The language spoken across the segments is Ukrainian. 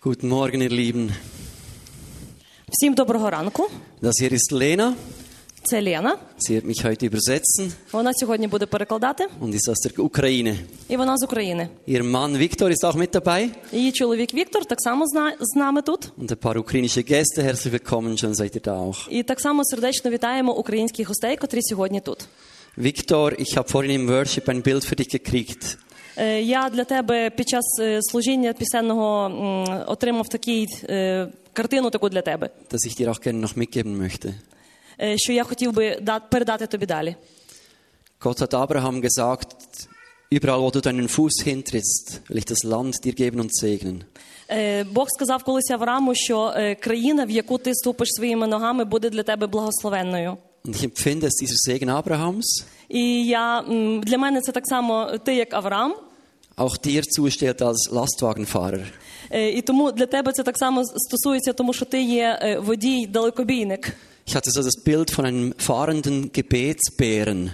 Guten Morgen, ihr Lieben. Всім доброго ранку. Das hier ist Lena. Це Лена. Sie wird mich heute übersetzen Вона сьогодні буде перекладати, und ist aus der Ukraine. і вона з України. Ihr Mann Viktor ist auch mit dabei Її чоловік Віктор так само зна- з нами тут. und ein paar ukrainische Gäste. Herzlich willkommen, schön seid ihr da auch. І так само сердечно вітаємо українських гостей, котрі сьогодні тут. Viktor, ich habe vorhin im Worship ein Bild für dich gekriegt. Е, Я для тебе під час е, служіння пісенного м, отримав такий е, картину таку для тебе, das ich dir auch gerne noch mitgeben möchte. е, що я хотів би да- передати тобі далі. Gott hat Abraham gesagt, überall wo du deinen Fuß hintrittst, will ich das Land dir geben und segnen. Е, Бог сказав колись Аврааму, що е, країна, в яку ти ступиш своїми ногами, буде для тебе благословенною. Und ich empfinde es, dieser Segen Abrahams І я м, для мене це так само е, ти, як Авраам. auch dir zusteht als Lastwagenfahrer. Е, І тому для тебе це так само стосується, тому що ти є е, водій далекобійник. Ich hatte so das Bild von einem fahrenden Gebetsbären.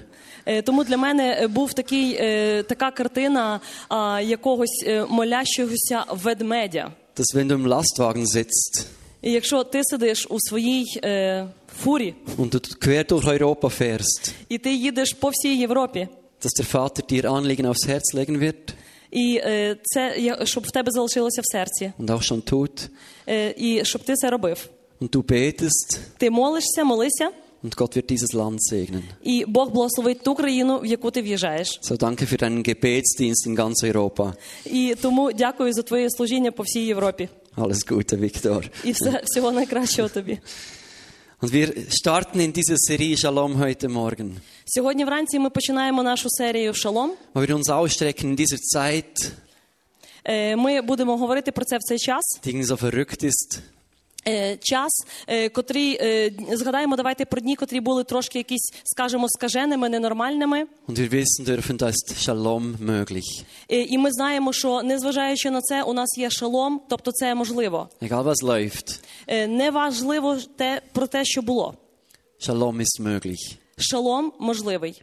Е, Тому для мене е, був такий, е, така картина а, якогось е, молящогося ведмедя. Dass wenn du im Lastwagen sitzt І якщо ти сидиш у своїй е, фурі und du quer durch Europa fährst, і ти їдеш по всій Європі, dass der Vater dir Anliegen aufs Herz legen wird і е, це я- щоб в тебе залишилося в серці, und auch schon tut. Е, і щоб ти це робив. Und du betest Ти молишся, молися, und Gott wird dieses Land segnen. і Бог благословить ту країну, в яку ти в'їжджаєш. So, danke für deinen Gebetsdienst in ganz Europa. І тому дякую за твоє служіння по всій Європі. Alles Gute, Viktor. І все, всього найкращого тобі. Und wir starten in dieser Serie Shalom heute Morgen, Сьогодні вранці ми починаємо нашу серію Шалом. wo wir uns ausstrecken in dieser Zeit, Е, Ми будемо говорити про це в цей час. die irgendwie so verrückt ist. Е, Час, е, котрий е, згадаємо, давайте про дні, котрі були трошки якісь, скажімо, скаженими, ненормальними. Und wir wissen dürfen, da ist Shalom möglich. Е, І ми знаємо, що незважаючи на це, у нас є шалом, тобто це можливо. Egal was läuft, Е, Неважливо те про те, що було. Shalom ist möglich. Шалом можливий.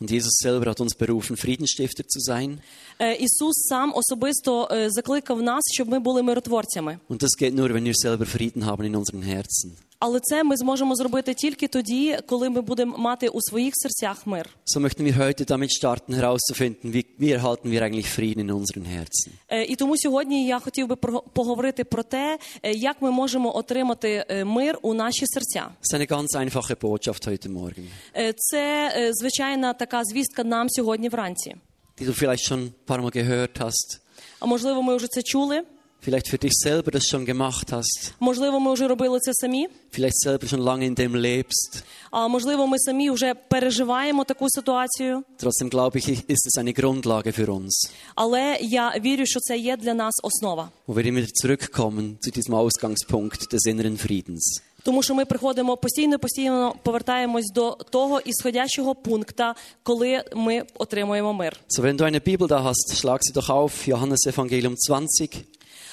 Und Jesus selber hat uns berufen, Friedenstifter zu sein. Е, Ісус сам особисто е, закликав нас, щоб ми були миротворцями. Und das geht nur, wenn wir selber Frieden haben in unseren Herzen. Але це ми зможемо зробити тільки тоді, коли ми будемо мати у своїх серцях мир. So möchten wir heute damit starten, herauszufinden, wie, wie erhalten wir eigentlich Frieden in unseren Herzen. Е, І тому сьогодні я хотів би про- поговорити про те, е, як ми можемо отримати е, мир у наші серця. Das ist eine ganz einfache Botschaft heute Morgen, Е, Це е, звичайна така звістка нам сьогодні вранці. die du vielleicht schon ein paar Mal gehört hast. А можливо, ми вже це чули. Vielleicht für dich selber das schon gemacht hast. Можливо, ми вже робили це самі. Vielleicht selber schon lange in dem lebst. А можливо, ми самі вже переживаємо таку ситуацію. Trotzdem glaube ich, ist es eine Grundlage für uns, Але я вірю, що це є для нас основа. wo wir immer wieder zurückkommen zu diesem Ausgangspunkt des inneren Friedens. Тому що ми приходимо постійно, постійно повертаємось до того ісходящого пункта, коли ми отримуємо мир. So, wenn du eine Bibel da hast, schlag sie doch auf, Johannes Evangelium 20.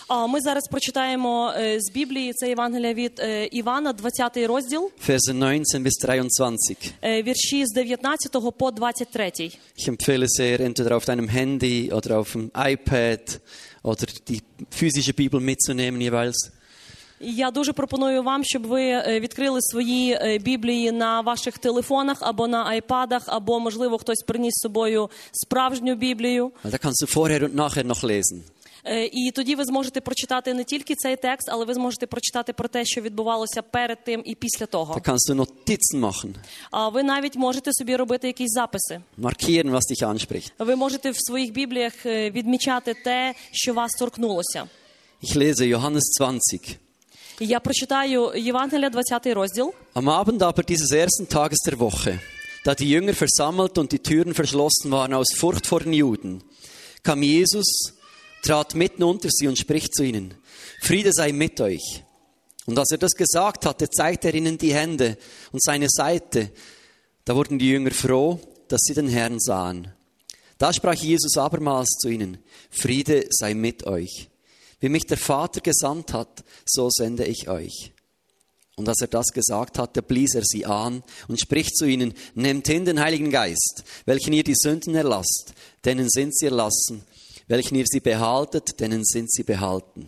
А ми зараз прочитаємо е, з Біблії це Євангелія від е, Івана, 20 розділ, Verse 19 bis 23. е, вірші з 19 по 23. Ich empfehle sehr, entweder auf deinem Handy oder auf dem iPad oder die physische Bibel mitzunehmen jeweils. І Я дуже пропоную вам, щоб ви е, відкрили свої е, біблії на ваших телефонах або на айпадах, або можливо хтось приніс з собою справжню біблію. Weil da kannst du vorher und nachher noch lesen. Е, І тоді ви зможете прочитати не тільки цей текст, але ви зможете прочитати про те, що відбувалося перед тим і після Da того. kannst du Notizen machen, А ви навіть можете собі робити якісь записи. markieren, was dich anspricht. Ви можете в своїх бібліях е, відмічати те, що вас торкнулося. Ich lese Johannes 20. Я прочитаю Євангелія, 20 розділ. Am Abend aber dieses ersten Tages der Woche, da die Jünger versammelt und die Türen verschlossen waren aus Furcht vor den Juden, kam Jesus, trat mitten unter sie und spricht zu ihnen, Friede sei mit euch. Und als er das gesagt hatte, zeigte er ihnen die Hände und seine Seite. Da wurden die Jünger froh, dass sie den Herrn sahen. Da sprach Jesus abermals zu ihnen, Friede sei mit euch. Wie mich der Vater gesandt hat, so sende ich euch. Und als er das gesagt hatte, blies er sie an und spricht zu ihnen, nehmt hin den Heiligen Geist, welchen ihr die Sünden erlasst, denen sind sie erlassen, welchen ihr sie behaltet, denen sind sie behalten.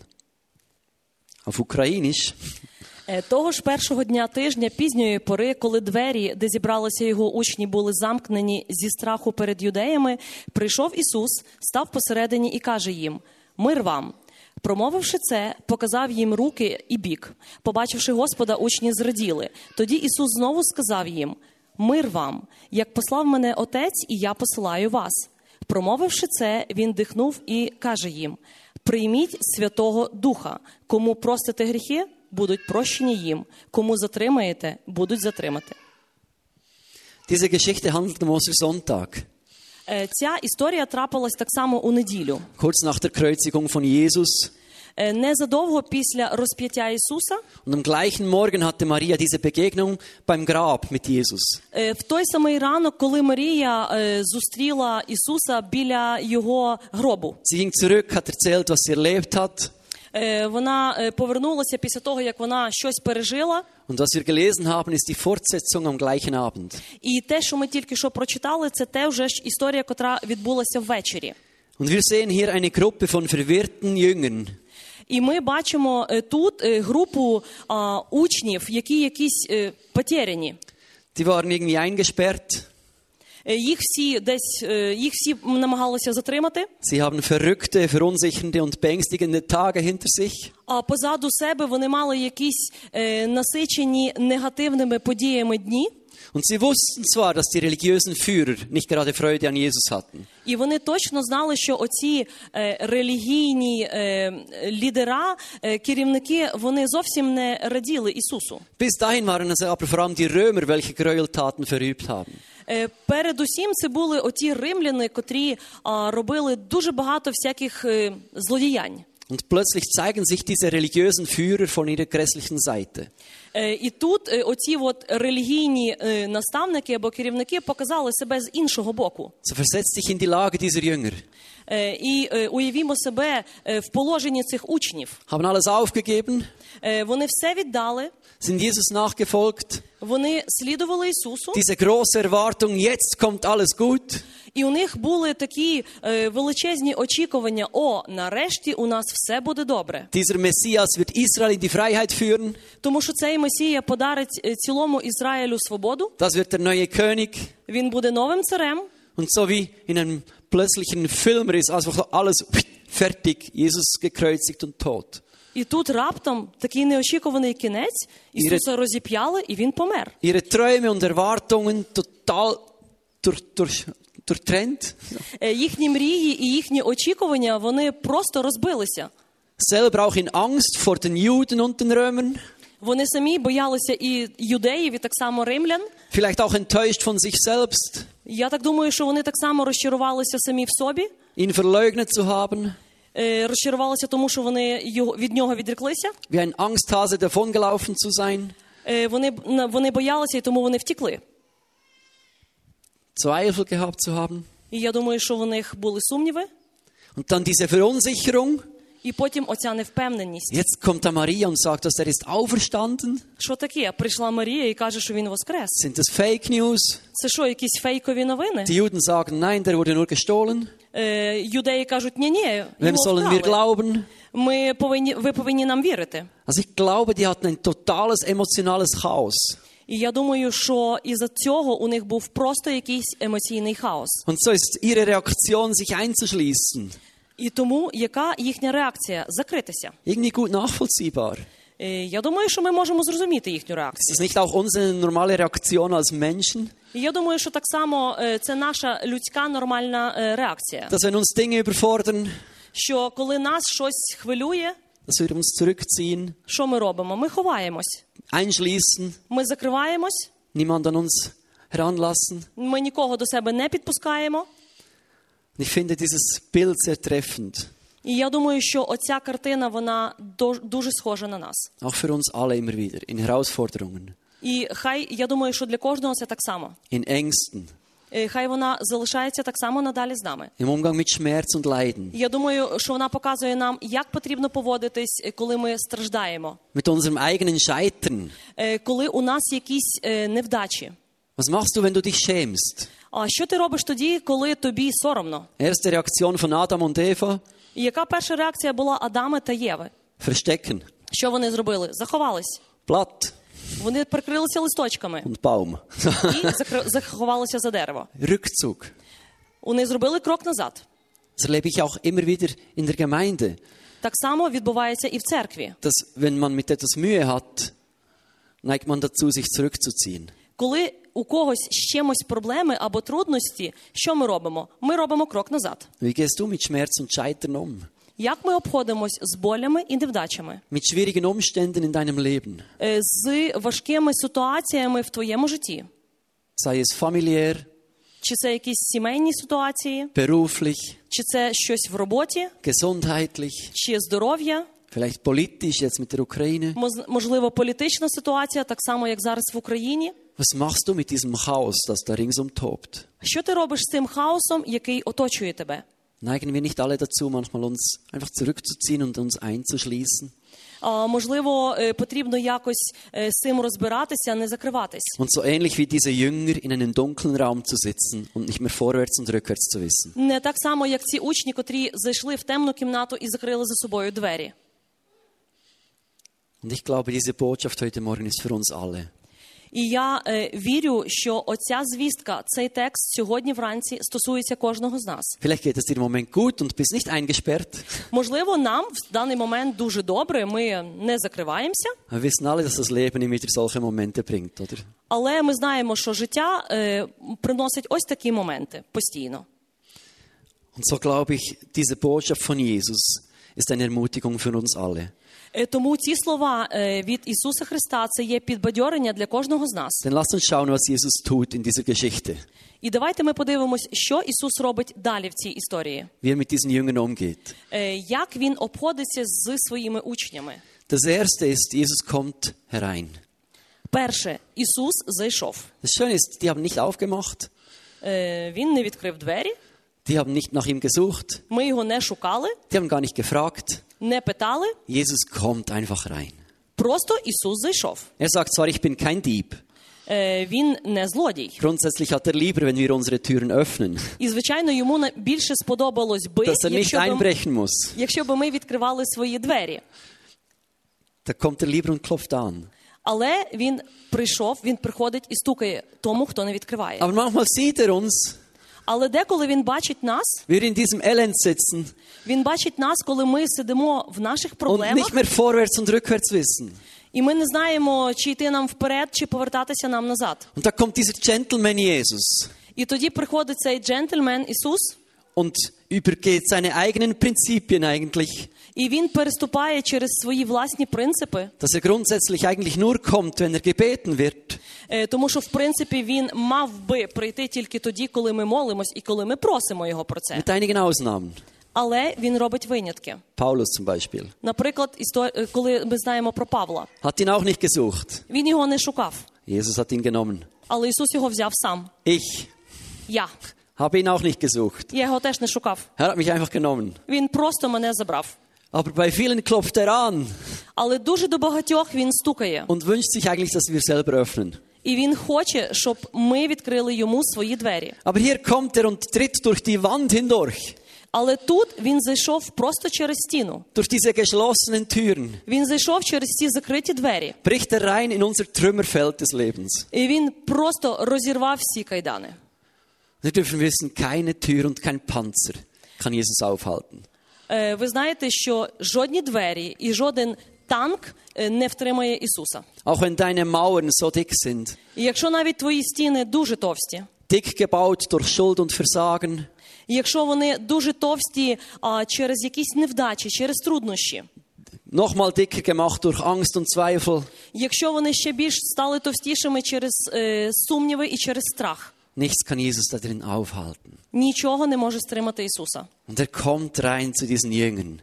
Auf Ukrainisch. Е, Того ж першого дня тижня пізньої пори, коли двері, де зібралися його учні, були замкнені зі страху перед юдеями, прийшов Ісус, став посередині і каже їм: Мир вам. Промовивши це, показав їм руки і бік. Побачивши Господа, учні зраділи. Тоді Ісус знову сказав їм: Мир вам, як послав мене Отець, і я посилаю вас. Промовивши це, він дихнув і каже їм: Прийміть Святого Духа, кому простите гріхи, будуть прощені їм, кому затримаєте, будуть затримати. Diese Geschichte handelt am Ostersonntag, Е, Ця історія трапилась так само у неділю. kurz nach der Kreuzigung von Jesus. Е, Незадовго після розп'яття Ісуса, Und am gleichen Morgen hatte Maria diese Begegnung beim Grab mit Jesus. е, в той самий ранок, коли Марія е, зустріла Ісуса біля його гробу, Sie ging zurück, hat erzählt, was sie erlebt hat. Е, вона е, повернулася після того, як вона щось пережила. Und was wir gelesen haben, ist die Fortsetzung am gleichen Abend. І те, що ми тільки що прочитали, це те вже ж історія, котра відбулася ввечері. Und wir sehen hier eine Gruppe von verwirrten Jüngern, І ми бачимо е, тут е, групу а, учнів, які якісь е, потеряні. Die waren irgendwie eingesperrt. Е, Їх всі десь е, їх всі намагалися затримати. Sie haben verrückte, verunsichernde und beängstigende Tage hinter sich. А позаду себе вони мали якісь е, насичені негативними подіями дні, Und sie wussten zwar, dass die religiösen Führer nicht gerade Freude an Jesus hatten. і вони точно знали, що оці е, релігійні е, лідера, е, керівники, вони зовсім не раділи Ісусу. Bis dahin waren es aber vor allem die Römer, welche Gräueltaten verübt haben. Е, Передусім, це були оті римляни, котрі а, робили дуже багато всяких е, злодіянь. Und plötzlich zeigen sich diese religiösen Führer von ihrer grässlichen Seite. Е, І тут е, оці от релігійні е, наставники або керівники показали себе з іншого боку. So versetzt sich in die Lage dieser Jünger. Е, І е, уявімо себе е, в положенні цих учнів. Haben alles aufgegeben, Е, Вони все віддали, sind Jesus nachgefolgt. вони слідували Ісусу, Diese große Erwartung, jetzt kommt alles gut. і у них були такі е, величезні очікування: о, нарешті у нас все буде добре. Dieser Messias wird Israel in die Freiheit führen. Тому що цей Месія подарить е, цілому Ізраїлю свободу. Das wird der neue König. Він буде новим царем. Und so wie in einem plötzlichen Filmriss, einfach alles fertig, Jesus gekreuzigt und tot. І тут раптом такий неочікуваний кінець. Ісуса розіп'яли, і він помер. Ihre Träume und Erwartungen total durch, durch, durchtrennt. Е, Їхні мрії і їхні очікування вони просто розбилися. Selber auch in Angst vor den Juden und den Römern. Вони самі боялися і юдеїв, і так само римлян. Vielleicht auch enttäuscht von sich selbst, Я так думаю, що вони так само розчарувалися самі в собі, ihn verleugnet zu haben, е, розчарувалися тому, що вони його від нього відреклися. wie ein Angsthase davongelaufen zu sein. Е, Вони б- на- вони боялися і тому вони втікли. Zweifel gehabt zu haben. І я думаю, що в них були сумніви. Und dann diese Verunsicherung. І потім оця невпевненість. Jetzt kommt da Maria und sagt, dass er ist auferstanden. Що таке? Прийшла Марія і каже, що він воскрес. Sind das Fake News? Це що, якісь фейкові новини? Die Juden sagen, nein, der wurde nur gestohlen. Е, юдеї кажуть, ні, ні, Wem sollen wir glauben? ми повинні, ви повинні нам вірити. Also ich glaube, die hatten ein totales emotionales Chaos. І я думаю, що із-за цього у них був просто якийсь емоційний хаос. Und so ist ihre Reaktion, sich einzuschließen, І тому яка їхня реакція? Закритися. irgendwie gut nachvollziehbar. Ist Е, я думаю, що ми можемо зрозуміти їхню реакцію. das nicht auch unsere normale Reaktion als Menschen? І я думаю, що так само е, це наша людська нормальна е, реакція. Dass wenn uns Dinge überfordern, Що коли нас щось хвилює, dass wir uns zurückziehen, що ми робимо? Ми ховаємось, einschließen, ми закриваємось, niemand an uns heranlassen. ми нікого до себе не підпускаємо. Und ich finde dieses Bild sehr treffend, І я думаю, що оця картина вона до- дуже схожа на нас. auch für uns alle immer wieder, in Herausforderungen, І хай я думаю, що для кожного це так само. in Ängsten, Е, Хай вона залишається так само надалі з нами. im Umgang mit Schmerz und Leiden. І Я думаю, що вона показує нам, як потрібно поводитись, е, коли ми страждаємо, mit unserem eigenen Scheitern. е, коли у нас якісь е, невдачі. Was machst du, wenn du dich schämst? А що ти робиш тоді, коли тобі соромно? Erste Reaktion von Adam und Eva, І яка перша реакція була Адами та Єви? verstecken. Що вони зробили? Заховались. Blatt Вони прикрилися листочками und Baum. і закр- заховалися за дерево. Rückzug. Вони зробили крок назад. Das erlebe ich auch immer wieder in der Gemeinde, Так само відбувається і в церкві. dass wenn man mit etwas Mühe hat, neigt man dazu, sich zurückzuziehen. Коли у когось з чимось проблеми або трудності, що ми робимо? Ми робимо крок назад. Wie gehst du mit Schmerz und Scheitern um? Як ми обходимось з болями і невдачами, Mit schwierigen Umständen in deinem Leben? Е, з важкими ситуаціями в твоєму житті? Sei es familiär, Чи це якісь сімейні ситуації, beruflich, чи це щось в роботі, gesundheitlich, чи здоров'я, vielleicht politisch jetzt mit der Ukraine. Моз- можливо, політична ситуація, так само як зараз в Україні. Was machst du mit diesem Chaos, das da ringsum tobt? Що ти робиш з тим хаосом, який оточує тебе? Neigen wir nicht alle dazu, manchmal uns einfach zurückzuziehen und uns einzuschließen? А, можливо, е, потрібно якось е, з цим розбиратися, не закриватись. Und so ähnlich wie diese Jünger in einem dunklen Raum zu sitzen und nicht mehr vorwärts und rückwärts zu wissen. Не так само, як ці учні, котрі зайшли в темну кімнату і закрили за собою двері. Und ich glaube, diese Botschaft heute Morgen ist für uns alle. І я е, вірю, що оця звістка, цей текст сьогодні вранці стосується кожного з нас. Vielleicht geht es dir im Moment gut und bist nicht eingesperrt. Можливо, нам в даний момент дуже добре, ми не закриваємося, Wir wissen alle, dass das Leben immer wieder solche Momente bringt, oder? але ми знаємо, що життя е, приносить ось такі моменти постійно. Und so glaube ich, diese Botschaft von Jesus ist eine Ermutigung für uns alle. Е, Тому ці слова е, від Ісуса Христа це є підбадьорення для кожного з нас. Denn lasst uns schauen, was Jesus tut in dieser Geschichte, І давайте ми подивимось, що Ісус робить далі в цій історії, wie er mit diesen Jüngern umgeht. Е, як він обходиться з своїми учнями. Das erste ist, Jesus kommt herein. Перше, Ісус зайшов. Das Schöne ist, die haben nicht aufgemacht, Е, Він не відкрив двері, die haben nicht nach ihm gesucht, ми його не шукали, die haben gar nicht gefragt. не питали. Jesus kommt einfach rein. Просто Ісус зайшов. Er sagt zwar, ich bin kein Dieb. Е, Він не злодій. Grundsätzlich hat er lieber, wenn wir unsere Türen öffnen, І звичайно, йому на- більше сподобалось би, dass er nicht якщо б, einbrechen muss. якщо б ми відкривали свої двері. Da kommt er lieber und klopft an. Але він прийшов, він приходить і стукає тому, хто не відкриває. Aber manchmal sieht er uns, Але деколи він бачить нас, wir in diesem Elend sitzen він бачить нас, коли ми сидимо в наших und проблемах, nicht mehr vorwärts und rückwärts wissen. і ми не знаємо, чи йти нам вперед, чи повертатися нам назад. Und da kommt dieser Gentleman Jesus І тоді приходить цей джентльмен Ісус, und übergeht seine eigenen Prinzipien eigentlich, і він переступає через свої власні принципи, dass er grundsätzlich eigentlich nur kommt, wenn er gebeten wird. е, тому що в принципі він мав би прийти тільки тоді, коли ми молимось і коли ми просимо його про це. Mit einigen Ausnahmen. Але він робить винятки. Paulus zum Beispiel Наприклад, істо- е, коли ми знаємо про Павла, hat ihn auch nicht gesucht. він його не шукав, Jesus hat ihn genommen. але Ісус його взяв сам. Ich Я. habe ihn auch nicht gesucht. Я його теж не шукав. Er hat mich einfach genommen. Він просто мене забрав. Aber bei vielen klopft er an Але дуже до багатьох він стукає, und wünscht sich eigentlich, dass wir selber öffnen. і він хоче, щоб ми відкрили йому свої двері. Aber hier kommt er und tritt durch die Wand hindurch, Але тут він zайшов просто через стіну. durch diese geschlossenen Türen, Він зайшов через ці закриті двері, bricht er rein in unser Trümmerfeld des Lebens. і він просто розірвав всі кайдани. Wir dürfen wissen, keine Tür und kein Panzer kann Jesus aufhalten. Е, ви знаєте, що жодні двері і жоден танк е, не втримає Ісуса. Auch wenn deine Mauern so dick sind, І якщо навіть твої стіни дуже товсті, dick gebaut durch Schuld und Versagen, і якщо вони дуже товсті а, через якісь невдачі, через труднощі, nochmal dicker gemacht durch Angst und Zweifel, якщо вони ще більш стали товстішими через е, сумніви і через страх, nichts kann Jesus da drin aufhalten. нічого не може стримати Ісуса. Und er kommt rein zu diesen Jüngern.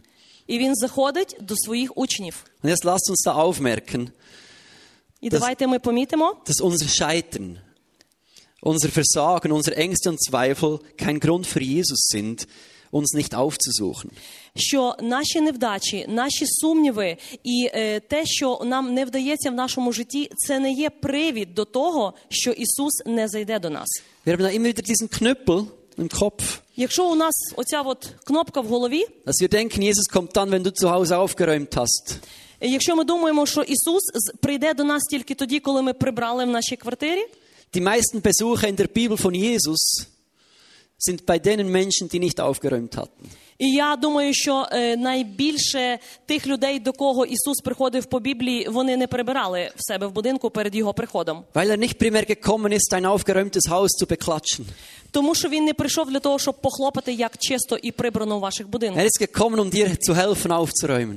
І він заходить до своїх учнів. Und jetzt lasst uns da aufmerken, І Та з- давайте ми помітимо, dass unser Scheitern, unser Versagen, unsere Ängste und Zweifel kein Grund für Jesus sind, uns nicht aufzusuchen. що наші невдачі, наші сумніви і е, те, що нам не вдається в нашому житті, це не є привід до того, що Ісус не зайде до нас. Wir haben da immer wieder diesen Knüppel im Kopf, Якщо у нас оця от кнопка в голові, dass wir denken, Jesus kommt dann, wenn du zu Hause aufgeräumt hast. Якщо ми думаємо, що Ісус з- прийде до нас тільки тоді, коли ми прибрали в нашій квартирі, Die meisten Besuche in der Bibel von Jesus sind bei denen Menschen, die nicht aufgeräumt hatten. і я думаю, що е, найбільше тих людей, до кого Ісус приходив по Біблії, вони не прибирали в себе в будинку перед його приходом, Weil er nicht primär gekommen ist, ein aufgeräumtes Haus zu beklatschen. тому що він не прийшов для того, щоб похлопати, як чисто і прибрано у ваших Er будинках. ist gekommen, um dir zu helfen, aufzuräumen.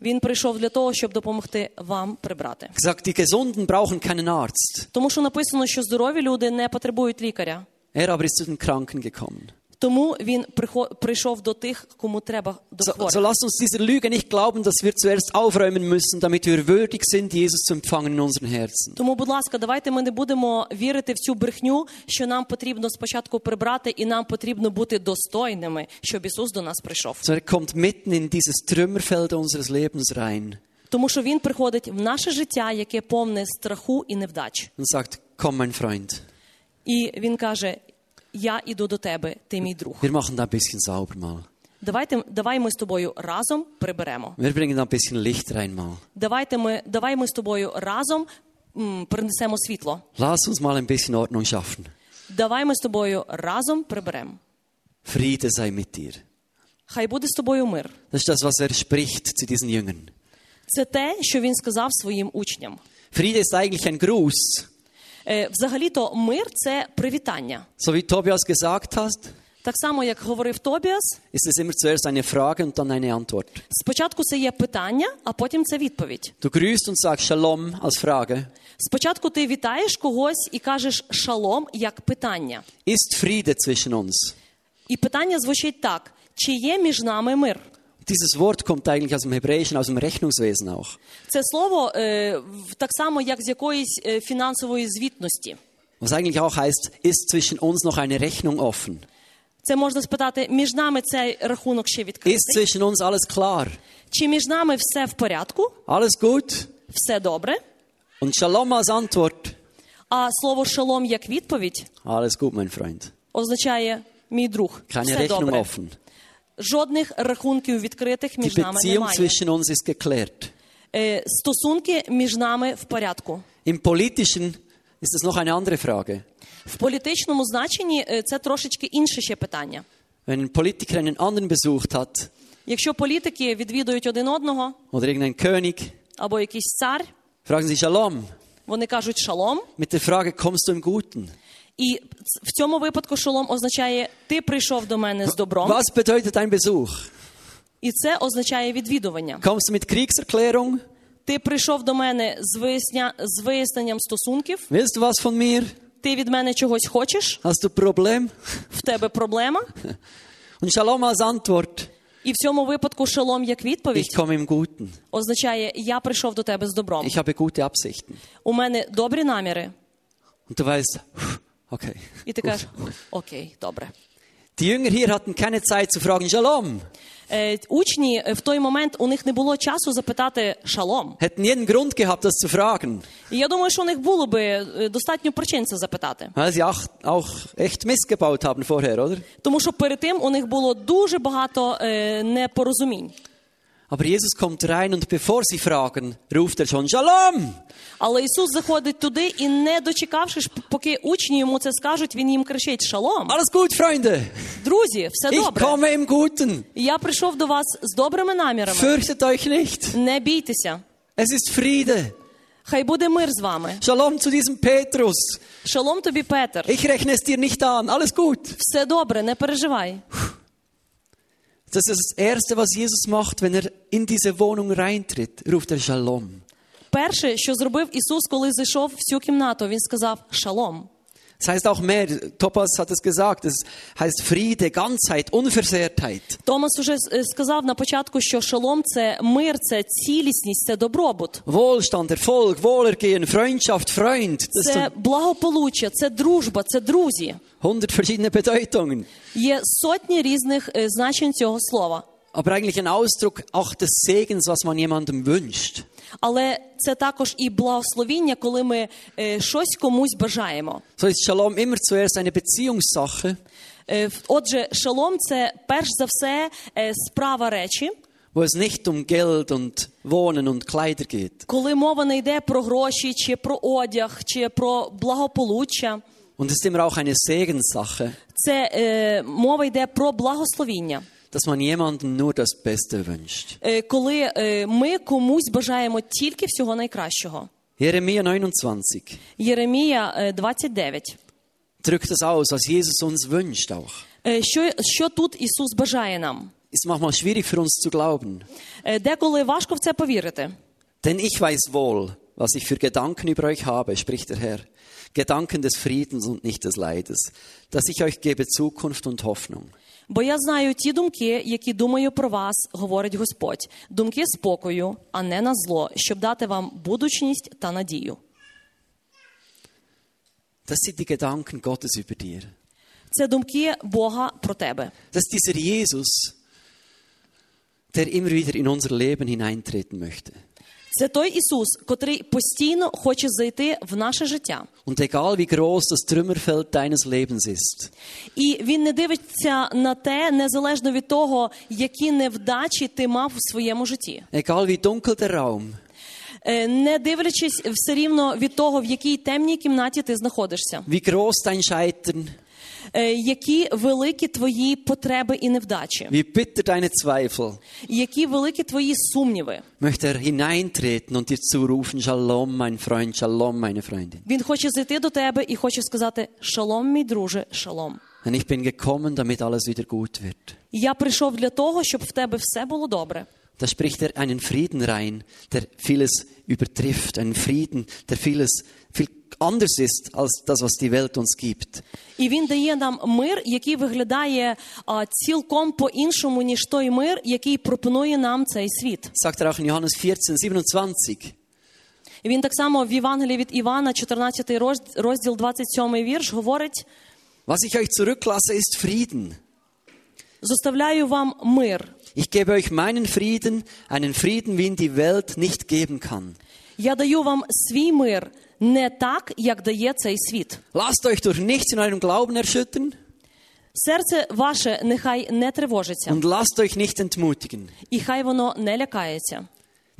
Він прийшов для того, щоб допомогти вам прибрати. Er hat gesagt, die Gesunden brauchen keinen Arzt. Тому що написано, що здорові люди не потребують лікаря. Er aber ist zu den Kranken gekommen. Тому він прихо- прийшов до тих, кому треба до So, so хворих. lasst uns dieser Lüge nicht glauben, dass wir zuerst aufräumen müssen, damit wir würdig sind, Jesus zu empfangen in unseren Herzen. Тому, будь ласка, давайте ми не будемо вірити в цю брехню, що нам потрібно спочатку прибрати, і нам потрібно бути достойними, щоб Ісус до нас прийшов. Sondern er kommt mitten in dieses Trümmerfeld unseres Lebens rein Тому що він приходить в наше життя, яке повне страху і невдач. und sagt, komm mein Freund, І він каже: Я іду до тебе, ти мій друг. wir machen da ein bisschen sauber mal. Давайте давай ми з тобою разом приберемо. Wir bringen da ein bisschen Licht rein mal. Давайте ми, давай ми з тобою разом м, принесемо світло. Lass uns mal ein bisschen Ordnung schaffen. Давай ми з тобою разом приберемо. Friede sei mit dir. Хай буде з тобою мир. Das ist das, was er spricht zu diesen Jüngern. Це те, що він сказав своїм учням. Friede ist eigentlich ein Gruß. Е, Взагалі-то мир це привітання. So wie Tobias gesagt hat, Так само, як говорив Тобіас, ist es immer zuerst eine Frage und dann eine Antwort. спочатку це є питання, а потім це відповідь. Du grüßt und sagst Shalom als Frage. Спочатку ти вітаєш когось і кажеш шалом як питання. Ist Friede zwischen uns? І питання звучить так: чи є між нами мир? Dieses Wort kommt eigentlich aus dem Hebräischen, aus dem Rechnungswesen auch. Це слово е, в- так само, як з якоїсь е, фінансової звітності. Was eigentlich auch heißt, ist zwischen uns noch eine Rechnung offen? Це можна спитати, між нами цей rахунок ще Ist відкритий? zwischen uns alles klar? Чи між нами все в порядку? Alles gut? Все добре? Und Shalom als Antwort. А слово шалом як відповідь Alles gut, mein Freund. означає мій друг. Keine Все Rechnung добре. offen. Жодних рахунків відкритих Die між нами Beziehung немає. zwischen uns ist geklärt. Е, Стосунки між нами в порядку. Im Politischen ist es noch eine andere Frage. В політичному значенні е, це трошечки інше ще питання. Wenn ein Politiker einen anderen besucht hat Якщо політики відвідують один одного oder irgendein König, або якийсь цар, fragen sie Shalom. вони кажуть шалом. Mit der Frage, kommst du im Guten? І ц- в цьому випадку шалом означає ти прийшов до мене з добром, Was bedeutet ein Besuch? і це означає відвідування. Kommst du mit Kriegserklärung? Ти прийшов до мене з виясня з виясненням стосунків. Willst du was von mir? Ти від мене чогось хочеш, Hast du Problem? в тебе проблема. Und Shalom als Antwort, І в цьому випадку шалом як ich відповідь komme im Guten. означає я прийшов до тебе з добром. Ich habe gute Absichten. У мене добрі наміри. Und du weißt, pff, okay. І ти кажеш, окей, добре. Die Jünger hier hatten keine Zeit zu fragen, Shalom. Е, учні е, в той момент у них не було часу запитати шалом. Hätten jeden Grund gehabt, das zu fragen, І я думаю, що у них було би е, достатньо причин це запитати. weil sie auch, auch echt Mist gebaut haben vorher, oder? Тому що перед тим у них було дуже багато е, непорозумінь. Aber Jesus kommt rein und bevor sie fragen, ruft er schon Shalom. Але Ісус заходить туди і, не дочекавшись, поки учні йому це скажуть, він їм кричить: Шалом, Alles gut, Freunde. друзі, все Ich добре. komme im Guten. Я прийшов до вас з добрими намірами. Fürchtet euch nicht. Не бійтеся. Es ist Friede. Хай буде мир з вами. Shalom zu diesem Petrus. Шалом тобі, Петер. Ich rechne es dir nicht an. Alles gut. Все добре, не переживай. Das ist das Erste, was Jesus macht, wenn er in diese Wohnung reintritt, ruft er Shalom. Перше, що зробив Ісус, коли зайшов в цю кімнату, він сказав Шалом. Das heißt auch mehr. Thomas hat es gesagt. Es heißt Friede, Ganzheit, Unversehrtheit. Томас уже е, сказав на початку, що шалом це мир, це цілісність, це добробут, Wohlstand, Erfolg, Wohlergehen, Freundschaft, Freund. Das це sind благополуччя, це дружба, це друзі. hundert verschiedene Bedeutungen. Є сотні різних е, значень цього слова. Aber eigentlich ein Ausdruck auch des Segens, was man jemandem wünscht. Але це також і благословіння, коли ми е, щось комусь бажаємо. So ist Shalom immer zuerst eine Beziehungssache. Е, в- Отже, шалом це перш за все е, справа речі, wo es nicht um Geld und Wohnen und Kleider geht. Коли мова не йде про гроші, чи про одяг, чи про благополуччя, Und es ist immer auch eine Segenssache, це е, мова йде про благословіння. dass man jemandem nur das Beste wünscht. Е, коли е, ми комусь бажаємо тільки всього найкращого. Jeremia 29 Єремія е, 29. drückt das aus, was Jesus uns wünscht auch. Е, Що, що тут Ісус бажає нам? Ist manchmal schwierig für uns zu glauben. Е, Деколи важко в це повірити. Denn ich weiß wohl, was ich für Gedanken über euch habe, spricht der Herr. Gedanken des Friedens und nicht des Leides, dass ich euch gebe Zukunft und Hoffnung. Бо я знаю ті думки, які думаю про вас, говорить Господь. Думки спокою, а не на зло, щоб дати вам будучність та надію. Das sind die Gedanken Gottes über dir. Це думки Бога про тебе. Das ist dieser Jesus, der immer wieder in unser Leben hineintreten möchte. Це той Ісус, котрий постійно хоче зайти в наше життя. Und egal wie groß das Trümmerfeld deines Lebens ist, І він не дивиться на те, незалежно від того, які невдачі ти мав в своєму житті, egal wie dunkel der Raum, Е, не дивлячись все рівно від того, в якій темній кімнаті ти знаходишся, wie groß dein Scheitern, Е, які великі твої потреби і невдачі, wie bitter deine Zweifel, які великі твої сумніви. möchte er hineintreten und dir zurufen, Shalom, mein Freund, Shalom, meine Freundin. Він хоче зайти до тебе і хоче сказати: Шалом, мій друже, шалом. Denn ich bin gekommen, damit alles wieder gut wird. Я прийшов для того, щоб в тебе все було добре. Da spricht er einen Frieden rein, der vieles übertrifft, einen Frieden, der vieles viel anders ist als das, was die Welt uns gibt. І він дає нам мир, який виглядає а, цілком по-іншому, ніж той мир, який пропонує нам цей світ. Sagt er auch in Johannes 14, 27. І він так само в Євангелії від Івана, 14 роз- розділ, 27 вірш, говорить: Was ich euch zurücklasse, ist Frieden. Зоставляю вам мир. Ich gebe euch meinen Frieden, einen Frieden, wie ihn die Welt nicht geben kann. Я даю вам свій мир не так, як дає цей світ. Lasst euch durch nichts in eurem Glauben erschüttern Серце ваше нехай не тривожиться, und lasst euch nicht entmutigen. і хай воно не лякається.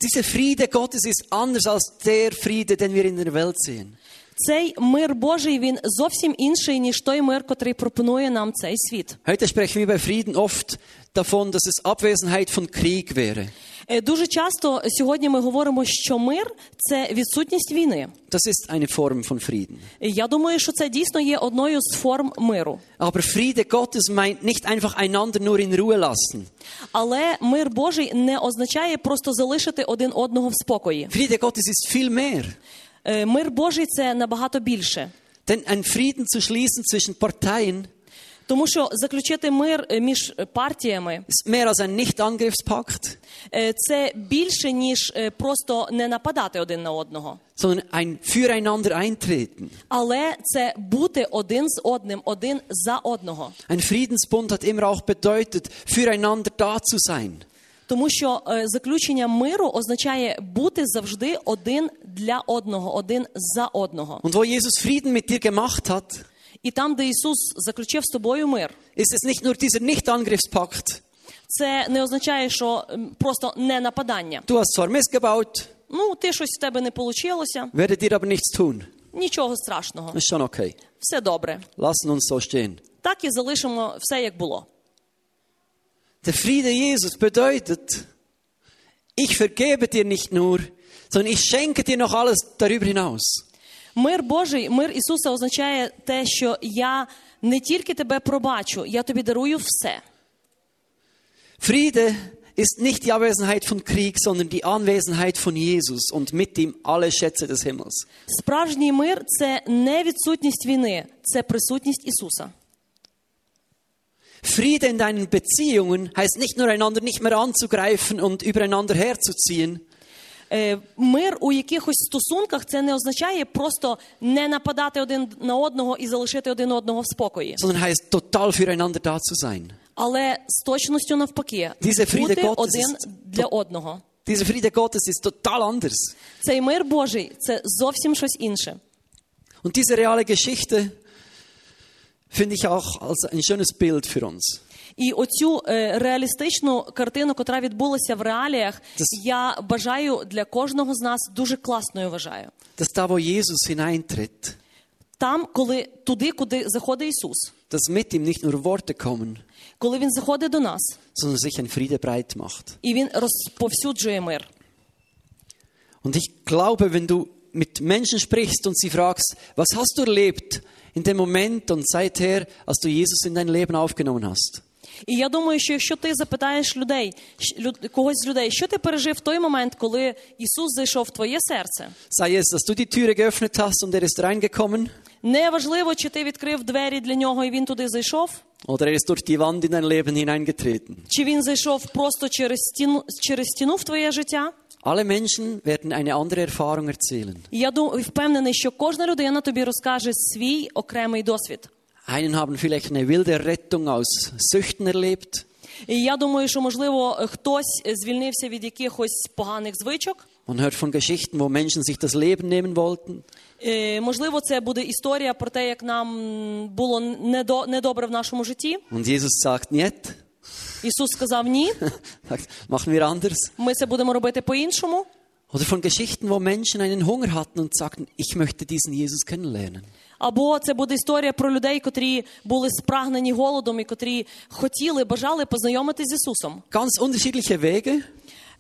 Dieser Friede Gottes ist anders als der Friede, den wir in der Welt sehen. Цей мир Божий він зовсім інший, ніж той мир, котрий пропонує нам цей світ. Heute sprechen wir bei Frieden oft davon, dass es Abwesenheit von Krieg wäre. Е, Дуже часто сьогодні ми говоримо, що мир це відсутність війни. Das ist eine Form von Frieden. І Я думаю, що це дійсно є одною з форм миру. Aber Friede Gottes meint nicht einfach einander nur in Ruhe lassen. Але мир Божий не означає просто залишити один одного в спокої. Friede Gottes ist viel mehr. Е, Мир Божий це набагато більше, Denn einen Frieden zu schließen zwischen Parteien тому що заключити мир е, між партіями ist mehr als ein Nichtangriffspakt, е, це більше ніж е, просто не нападати один на одного. sondern ein Füreinander eintreten. Але це бути один з одним, один за одного. Ein Friedensbund hat immer auch bedeutet, füreinander da zu sein. Тому що е, заключення миру означає бути завжди один для одного, один за одного. Und wo Jesus Frieden mit dir gemacht hat, І там, де Ісус заключив з тобою мир, ist es nicht nur dieser Nichtangriffspakt. це не означає, що м, просто не нападання. Du hast zwar missgebaut, Ну, ти щось в тебе не вийшло, Werdet ihr aber nichts tun. нічого страшного, Ist schon okay. все добре. Lassen uns so stehen. Так і залишимо все як було. Der Friede Jesus bedeutet, ich vergebe dir nicht nur, sondern ich schenke dir noch alles darüber hinaus. Мир Божий, мир Ісуса означає те, що я не тільки тебе пробачу, я тобі дарую все. Friede ist nicht die Abwesenheit von Krieg, sondern die Anwesenheit von Jesus und mit ihm alle Schätze des Himmels. Справжній мир це не відсутність війни, це присутність Ісуса. Friede in deinen Beziehungen heißt nicht nur einander nicht mehr anzugreifen und übereinander herzuziehen, Е, Мир у якихось стосунках це не означає просто не нападати один на одного і залишити один одного в спокої, sondern heißt total füreinander da zu sein. але з точністю навпаки Diese Friede бути Gottes один ist- для одного. Dieser Friede Gottes ist total anders. Цей мир Божий це зовсім щось інше. Und diese reale Geschichte finde ich auch als ein schönes Bild für uns. І оцю е, реалістичну картину, котра відбулася в реаліях, Це- я бажаю для кожного з нас дуже класною вважаю. dass da, wo Jesus hineintritt, Там, коли туди, куди заходить Ісус, dass mit ihm nicht nur Worte kommen, коли Він заходить до нас sondern sich ein Friede breit macht. і Він розповсюджує мир. Und ich glaube, wenn du mit Menschen sprichst und sie fragst, was hast du erlebt in dem Moment und seither, als du Jesus in dein Leben aufgenommen hast, І я думаю, що якщо ти запитаєш людей, щ- люд- когось з людей, що ти пережив в той момент, коли Ісус зайшов в твоє серце, sei es, dass du die Türe geöffnet hast und er ist reingekommen, неважливо, чи ти відкрив двері для нього і він туди зайшов, oder er ist durch die Wand in dein Leben hineingetreten. чи він зайшов просто через стіну через стіну в твоє життя. Alle Menschen werden eine andere Erfahrung erzählen. І Я дум- впевнений, що кожна людина тобі розкаже свій окремий досвід. Einen haben vielleicht eine wilde Rettung aus Süchten erlebt, І я думаю, що можливо хтось звільнився від якихось поганих звичок. Man hört von Geschichten, wo Menschen sich das Leben nehmen wollten. Е, Можливо, це буде історія про те, як нам м, було недо- недобре в нашому житті. Und Jesus sagt, nicht, Ісус сказав ні, sagt, machen wir anders. ми це будемо робити по-іншому. Oder von Geschichten, wo Menschen einen Hunger hatten und sagten, ich möchte diesen Jesus kennenlernen. Або це буде історія про людей, котрі були спрагнені голодом і котрі хотіли, бажали познайомитися з Ісусом. Ganz unterschiedliche Wege,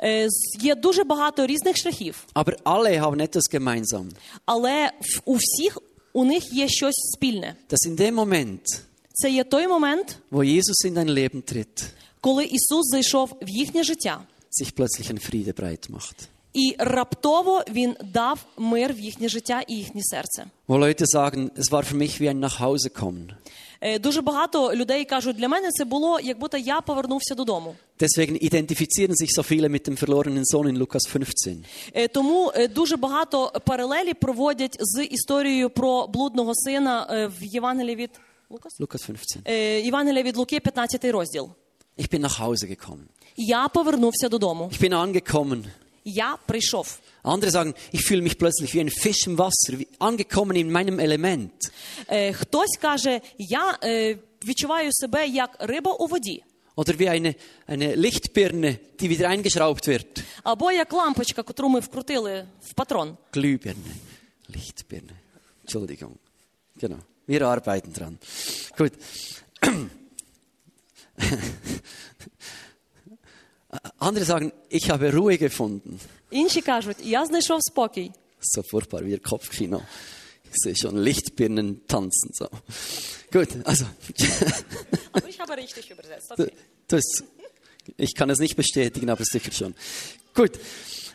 Е, з- Є дуже багато різних шляхів, aber alle haben etwas gemeinsam. але в- у всіх у них є щось спільне. Dass in dem Moment, Це є той момент, wo Jesus in dein Leben tritt, коли Ісус зайшов в їхнє життя, sich plötzlich ein Friede breit macht. і раптово Він дав мир в їхнє життя і їхнє серце. Wo Leute sagen, es war für mich wie ein Nachhausekommen. Е, Дуже багато людей кажуть, для мене це було, як будто я повернувся додому. Deswegen identifizieren sich so viele mit dem verlorenen Sohn in Lukas 15. Е, Тому е, дуже багато паралелі проводять з історією про блудного сина е, в Євангелії від Лукас? Lukas 15. Е, Євангелія від Луки, 15 розділ. Ich bin nach Hause gekommen. Я повернувся додому. Ich bin angekommen. Я прийшов. Andere sagen, ich fühle mich plötzlich wie ein Fisch im Wasser, wie angekommen in meinem Element. Е, Хтось каже, я е, відчуваю себе як риба у воді, Oder wie eine, eine Lichtbirne, die wieder eingeschraubt wird. або як лампочка, котру ми вкрутили в патрон. Glühbirne. Lichtbirne. Entschuldigung. Genau. Wir arbeiten dran. Gut. Andere sagen, ich habe Ruhe gefunden. Інші кажуть, я знайшов спокій. So furchtbar wie ein Kopfkino. Ich sehe schon Lichtbirnen tanzen. So. Gut, also. Du- Das, ich kann es nicht bestätigen, aber sicher schon. Gut.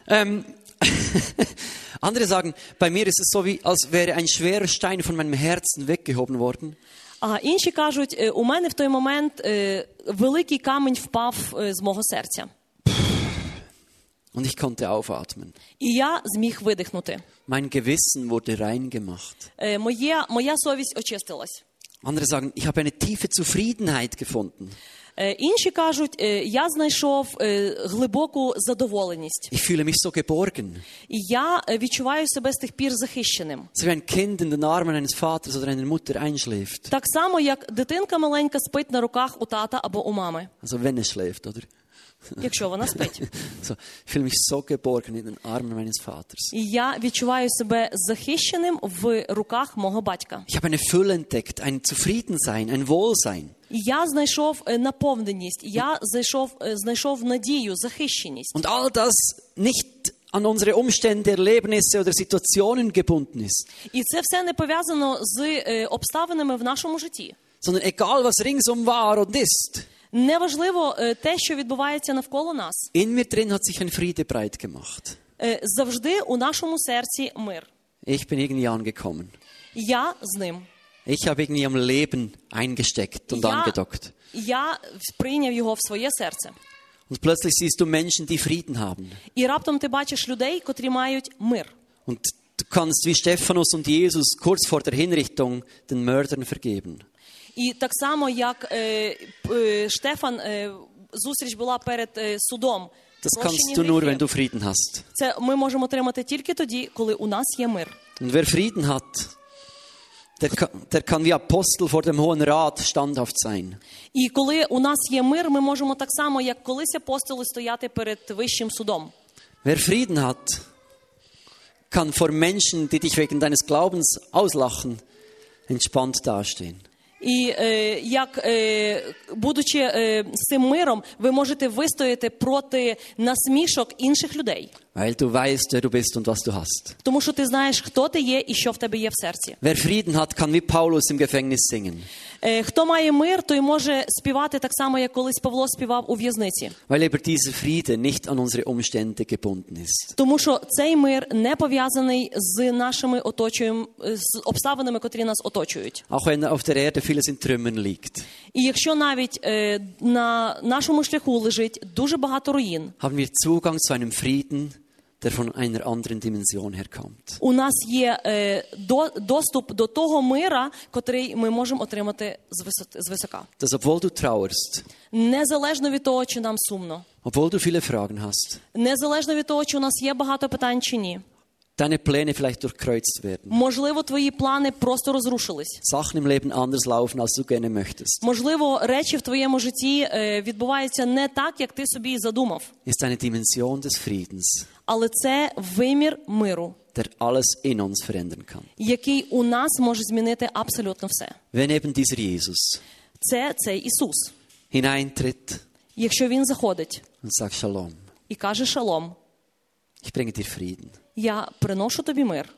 Ähm, andere sagen, bei mir ist es so, wie, als wäre ein schwerer Stein von meinem Herzen weggehoben worden. А інші кажуть, «Е, у мене в той момент е, великий камінь впав е, з мого серця, Und ich konnte aufatmen. і я зміг видихнути. Mein Gewissen wurde rein gemacht. Е, Моє, моя совість очистилась. Andere sagen, ich habe eine tiefe Zufriedenheit gefunden. Е, Інші кажуть, «Е, я знайшов е, глибоку задоволеність, Ich fühle mich so geborgen. і я е, відчуваю себе з тих пір захищеним. So wie ein Kind in den Armen eines Vaters oder einer Mutter einschläft. Так само, як дитинка маленька спить на руках у тата або у мами, Also wenn es schläft, oder? якщо вона спить. So, ich fühle mich so geborgen in den Armen meines Vaters. І я відчуваю себе захищеним в руках мого батька. Ich habe eine Fülle entdeckt, ein Zufriedensein, ein Wohlsein. І Я знайшов е, наповненість, я знайшов, знайшов надію, захищеність. Und all das nicht an unsere Umstände, Erlebnisse oder Situationen gebunden ist, І це все не пов'язано з е, обставинами в нашому житті. sondern egal was ringsum war und ist, Неважливо е, те, що відбувається навколо нас. in mir drin hat sich ein Friede breit gemacht. Е, Завжди у нашому серці мир. Ich bin irgendwie angekommen. Я з ним. Ich habe irgendwie am Leben eingesteckt und Я, angedockt. я прийняв його в своє серце. Und plötzlich siehst du Menschen, die Frieden haben. І раптом ти бачиш людей, котрі мають мир. Und du kannst wie Stephanus und Jesus kurz vor der Hinrichtung den Mördern vergeben. І так само, як е, п- е, Штефан, е, зустріч була перед е, судом. Das Прощення kannst du nur, гріхів. wenn du Frieden hast. Це ми можемо отримати тільки тоді, коли у нас є мир. Und wer Frieden hat, der, ka- der kann wie Apostel vor dem Hohen Rat standhaft sein. І коли у нас є мир, ми можемо так само, як колись апостоли, стояти перед вищим судом. Wer Frieden hat, kann vor Menschen, die dich wegen deines Glaubens auslachen, entspannt dastehen. І е, як е, будучи е, з цим миром, ви можете вистояти проти насмішок інших людей, Weil du weißt, wer du bist und was du hast. тому що ти знаєш, хто ти є і що в тебе є в серці. Wer Frieden hat, kann wie Paulus im Gefängnis singen, Е, хто має мир, той може співати так само, як колись Павло співав у в'язниці, weil eben dieser Friede nicht an unsere Umstände gebunden ist. тому що цей мир не пов'язаний з нашими оточуєм е, з обставинами, котрі нас оточують. Auch wenn auf der Erde vieles in Trümmern liegt, І якщо навіть е, на нашому шляху лежить дуже багато руїн, haben wir Zugang zu einem Frieden, der von einer anderen Dimension herkommt. у нас є е, до, доступ до того мира, котрий ми можемо отримати з висоти з висока, Dass obwohl du trauerst, незалежно від того, чи нам сумно, obwohl du viele Fragen hast, незалежно від того, чи у нас є багато питань чи ні. deine Pläne vielleicht durchkreuzt werden, Можливо, твої плани просто розрушились. Sachen im Leben anders laufen, als du gerne möchtest, Можливо, речі в твоєму житті е, відбуваються не так, як ти собі і задумав, ist eine Dimension des Friedens, але це вимір миру, der alles in uns verändern kann. який у нас може змінити абсолютно все. Wenn eben dieser Jesus Це цей Ісус. hineintritt Якщо він заходить und sagt Shalom, і каже Шалом, ich bringe dir Frieden. я приношу тобі мир.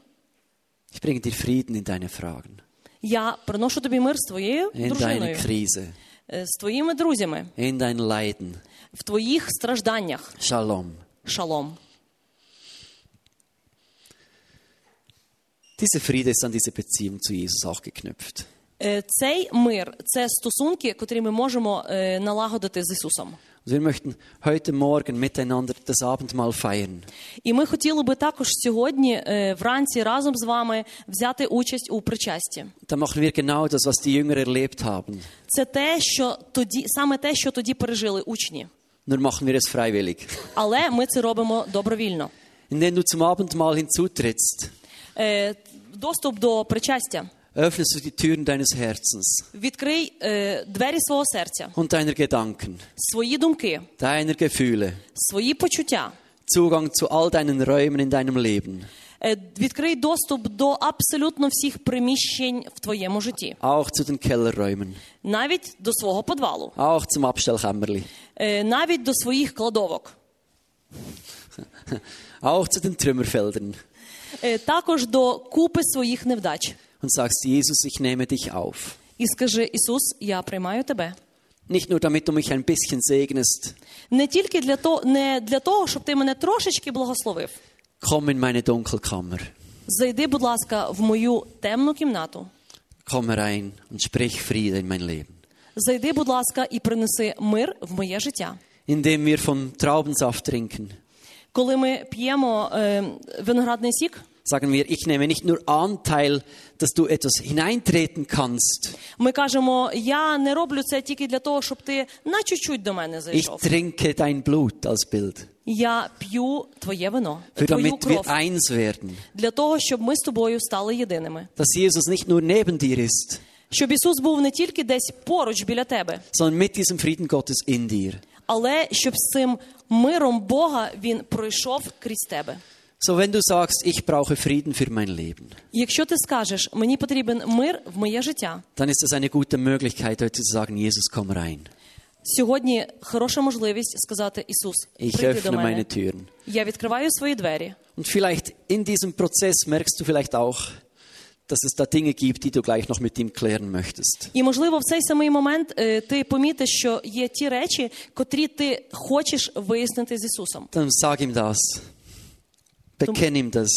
Ich bringe dir Frieden in deine Fragen, Я приношу тобі мир з твоєю in deine дружиною, Krise, е, з твоїми друзями, in dein Leiden. в твоїх стражданнях. Shalom. Шалом. Dieser Friede ist an diese Beziehung zu Jesus auch geknüpft. Е, Цей мир це стосунки, котрі ми можемо е, налагодити з Ісусом. Und wir möchten heute Morgen miteinander das Abendmahl feiern. І ми хотіли би також сьогодні е, вранці разом з вами взяти участь у причасті. Da machen wir genau das, was die Jünger erlebt haben. Це те, що тоді, саме те, що тоді пережили учні. Nur machen wir es freiwillig. Але ми це робимо добровільно. Indem du zum Abendmahl hinzutrittst, Е, Доступ до причастя. öffnest du die Türen deines Herzens Відкрий е, двері свого серця, und deiner Gedanken, свої думки, deiner Gefühle, свої почуття. Zugang zu all deinen Räumen in deinem Leben, Е, Відкрий доступ до абсолютно всіх приміщень в твоєму житті, auch zu den Kellerräumen, навіть до свого подвалу, auch zum Abstellkämmerli, е, навіть до своїх кладовок, auch zu den Trümmerfeldern е, також до купи своїх невдач. und sagst, Jesus, ich nehme dich auf. І скажи: Ісус, я приймаю тебе. Nicht nur, damit du mich ein bisschen segnest, Не тільки для того, не для того, щоб ти мене трошечки благословив. komm in meine Dunkelkammer, Зайди, будь ласка, в мою темну кімнату. komm herein und sprich Friede in mein Leben. Зайди, будь ласка, і принеси мир в моє життя. Indem wir vom Traubensaft trinken, Коли ми п'ємо е, виноградний сік, sagen wir, ich nehme nicht nur Anteil, dass du etwas hineintreten kannst, ми кажемо: я не роблю це тільки для того, щоб ти на чуть-чуть до мене ich зайшов. trinke dein Blut als Bild, Я п'ю твоє вино, für твою damit кров wir eins werden. для того, щоб ми з тобою стали єдиними. Dass Jesus nicht nur neben dir ist, Щоб Ісус був не тільки десь поруч біля тебе, sondern mit diesem Frieden Gottes in dir. але щоб з цим миром Бога він пройшов крізь тебе. So, wenn du sagst, ich brauche Frieden für mein Leben, Якщо ти скажеш, мені потрібен мир в моє життя, dann ist es eine gute Möglichkeit, heute zu sagen, Jesus, komm rein. сьогодні хороша можливість сказати Ісус, Ich прийди до öffne meine мене. Türen. Я відкриваю свої двері. Und vielleicht in diesem Prozess merkst du vielleicht auch, dass es da Dinge gibt, die du gleich noch mit ihm klären möchtest. І можливо, в цей самий момент е, ти помітиш, що є ті речі, котрі ти хочеш вияснити з Ісусом. Dann sag ihm das. Bekenn ihm das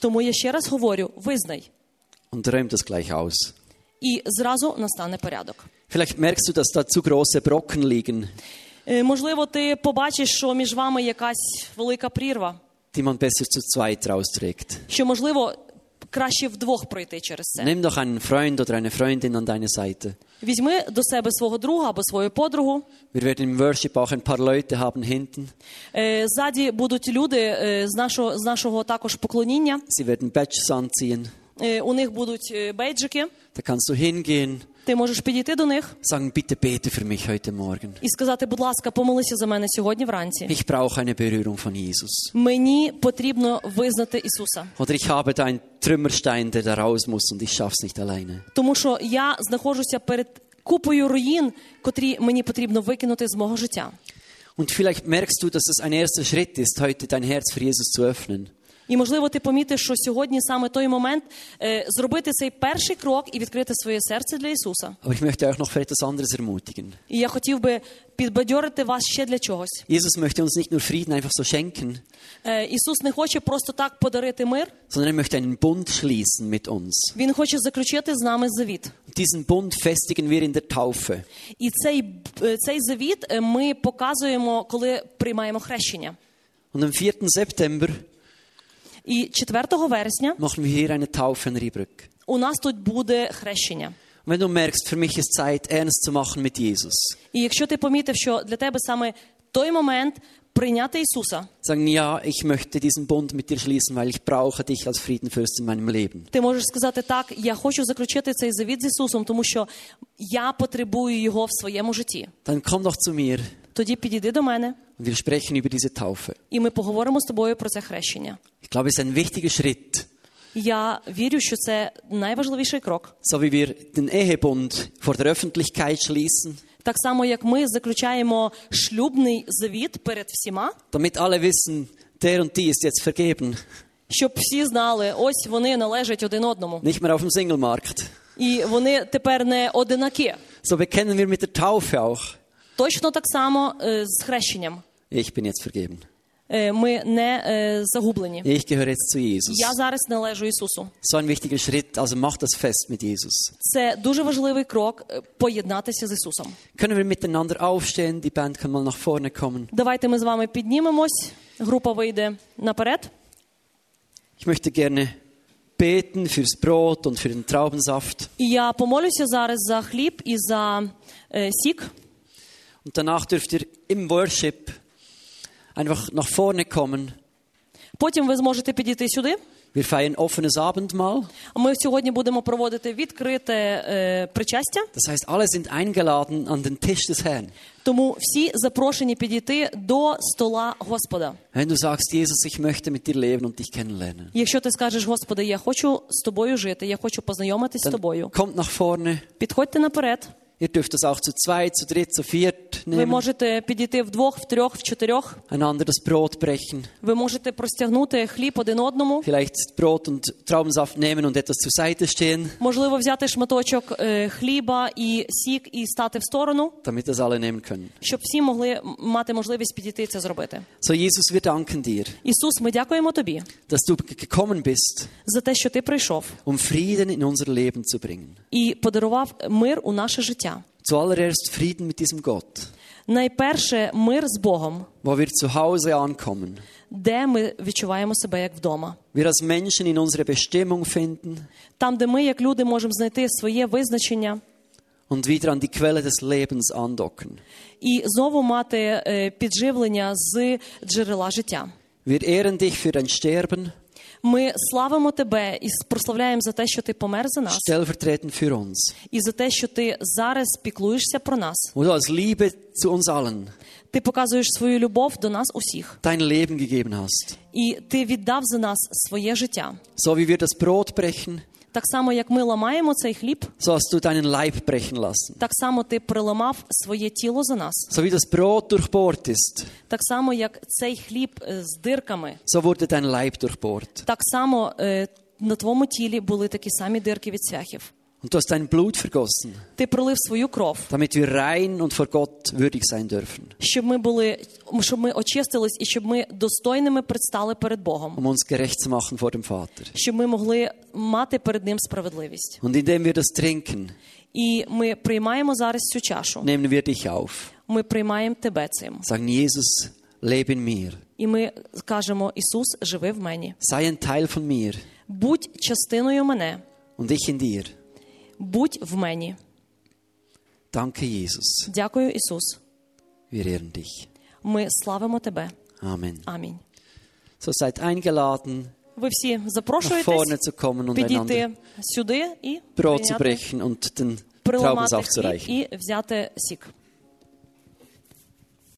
Тому я ще раз говорю: визнай, und räum das gleich aus. і зразу настане порядок. Vielleicht merkst du, dass da zu große Brocken liegen, Е, Можливо, ти побачиш, що між вами якась велика прірва, die man besser zu zweit rausträgt. що можливо краще вдвох пройти через це. Nimm doch einen Freund oder eine Freundin an deine Seite. Візьми до себе свого друга або свою подругу. Wir werden im Worship auch ein paar Leute haben hinten. Е, Ззаді будуть люди е, з нашого з нашого також поклоніння. Sie werden Badges anziehen. Е, У них будуть е, бейджики. Da kannst du hingehen, Ти можеш підійти до них sagen, bitte bete für mich heute Morgen. і сказати, будь ласка, помолися за мене сьогодні вранці. Ich brauche eine Berührung von Jesus. Мені потрібно визнати Ісуса, Oder ich habe da einen Trümmerstein, der da raus muss und ich schaff's nicht alleine. тому що я знаходжуся перед купою руїн, котрі мені потрібно викинути з мого життя. Und vielleicht merkst du, dass es ein erster Schritt ist, heute dein Herz für Jesus zu öffnen. І можливо, ти помітиш, що сьогодні саме той момент е, зробити цей перший крок і відкрити своє серце для Ісуса. Aber ich möchte euch noch für etwas anderes ermutigen. І я хотів би підбадьорити вас ще для чогось. Jesus möchte uns nicht nur Frieden einfach so schenken, Е, Ісус не хоче просто так подарити мир. sondern er möchte einen Bund schließen mit uns. Він хоче заключити з нами завіт. Und diesen Bund festigen wir in der Taufe. І цей, б- е, цей завіт е, ми показуємо, коли приймаємо хрещення. Und am 4. September І 4 вересня machen wir hier eine Taufe in Riebrück. у нас тут буде хрещення. Und wenn du merkst, für mich ist Zeit, ernst zu machen mit Jesus, І якщо ти помітив, що для тебе саме той момент прийняти Ісуса, sagen, ja, ich möchte diesen Bund mit dir schließen, weil ich brauche dich als Friedenfürst in meinem Leben. ти можеш сказати так: я хочу заключити цей завіт з Ісусом, тому що я потребую Його в своєму житті. Dann komm doch zu mir Тоді підійди до мене, und wir sprechen über diese Taufe. і ми поговоримо з тобою про це хрещення. Ich glaube, es ist ein wichtiger Schritt. Я вірю, що це найважливіший крок. So wie wir den Ehebund vor der Öffentlichkeit schließen, Так само, як ми заключаємо шлюбний завіт перед всіма, damit alle wissen, der und die ist jetzt vergeben. щоб всі знали, ось вони належать один одному, Nicht mehr auf dem Singlemarkt. і вони тепер не одинакі. So bekennen wir mit der Taufe auch, Точно так само е, з хрещенням. ich bin jetzt vergeben. Е, ми не е, загублені. Ich gehöre jetzt zu Jesus. Я зараз належу Ісусу. So ein wichtiger Schritt, also mach das fest mit Jesus. Це дуже важливий крок е, поєднатися з Ісусом. Können wir miteinander aufstehen? Die Band kann mal nach vorne kommen. Давайте ми з вами піднімемось. Група вийде наперед. Ich möchte gerne beten fürs Brot und für den Traubensaft. І я помолюся зараз за хліб і за е, сік. Und danach dürft ihr im Worship einfach nach vorne kommen. Потім ви зможете підійти сюди. Wir feiern offenes Abendmahl. Ми сьогодні будемо проводити відкрите е, причастя, Das heißt, alle sind eingeladen an den Tisch des Herrn. тому всі запрошені підійти до стола Господа. Wenn du sagst, Jesus, ich möchte mit dir leben und dich kennenlernen, Якщо ти скажеш, Господи, я хочу з тобою жити, я хочу познайомитись з тобою. kommt nach vorne. Підходьте наперед. Ihr dürft das auch zu zweit, zu dritt, zu viert Ви nehmen. можете підійти вдвох, в трьох, в чотирьох. Einander das Brot brechen. Ви можете простягнути хліб один одному. Vielleicht Brot und Traubensaft nehmen und etwas zur Seite stehen, Можливо, взяти шматочок е, хліба і сік і стати в сторону, damit das alle nehmen können. щоб всі могли м- мати можливість підійти і це зробити. So, Jesus, wir danken dir, Ісус, ми дякуємо тобі dass du g- gekommen bist, за те, що ти прийшов um Frieden in unser Leben zu bringen. і подарував мир у наше життя. Zuallererst Frieden mit diesem Gott, Найперше, мир з Богом, wo wir zu Hause ankommen. де ми відчуваємо себе як вдома, Wir als Menschen in unsere Bestimmung finden там, де ми, як люди, можемо знайти своє визначення und wieder an die Quelle des Lebens andocken. і знову мати е, підживлення з джерела життя. Wir ehren dich für dein Sterben, Ми славимо тебе і прославляємо за те, що ти помер за нас, stellvertretend für uns. і за те, що ти зараз піклуєшся про нас. Wo du als Liebe zu uns allen Ти показуєш свою любов до нас усіх, dein Leben gegeben hast. і ти віддав за нас своє життя. So wie wir das Brot brechen, Так само, як ми ламаємо цей хліб, so hast du deinen Leib brechen lassen. так само ти приламав своє тіло за нас. So wie das Brot durchbohrt ist, Так само, як цей хліб е, з дирками, so wurde dein Leib durchbohrt. так само е, на твоєму тілі були такі самі дирки від цвяхів. Und du hast dein Blut vergossen, Ти пролив свою кров, damit wir rein und vor Gott würdig sein dürfen, щоб ми були, щоб ми очистились і щоб ми достойними предстали перед Богом. um uns gerecht zu machen vor dem Vater. щоб ми могли мати перед ним справедливість. Und indem wir das trinken, І ми приймаємо зараз цю чашу. nehmen wir dich auf, Ми приймаємо тебе цим. sagen, Jesus, lebe in mir, І ми кажемо: Ісус, живи в мені. sei ein Teil von mir Будь частиною мене, und ich in dir. будь в мені. Danke, Jesus, Дякую, Ісус. wir ehren dich. Ми славимо тебе. Amen. Амінь. So seid eingeladen, Ви всі nach vorne запрошуєтесь zu kommen Ну, und einander підійти сюди і Brot zu прийняти, brechen und den Traubensaft zu приламати reichen. хліб і взяти сік.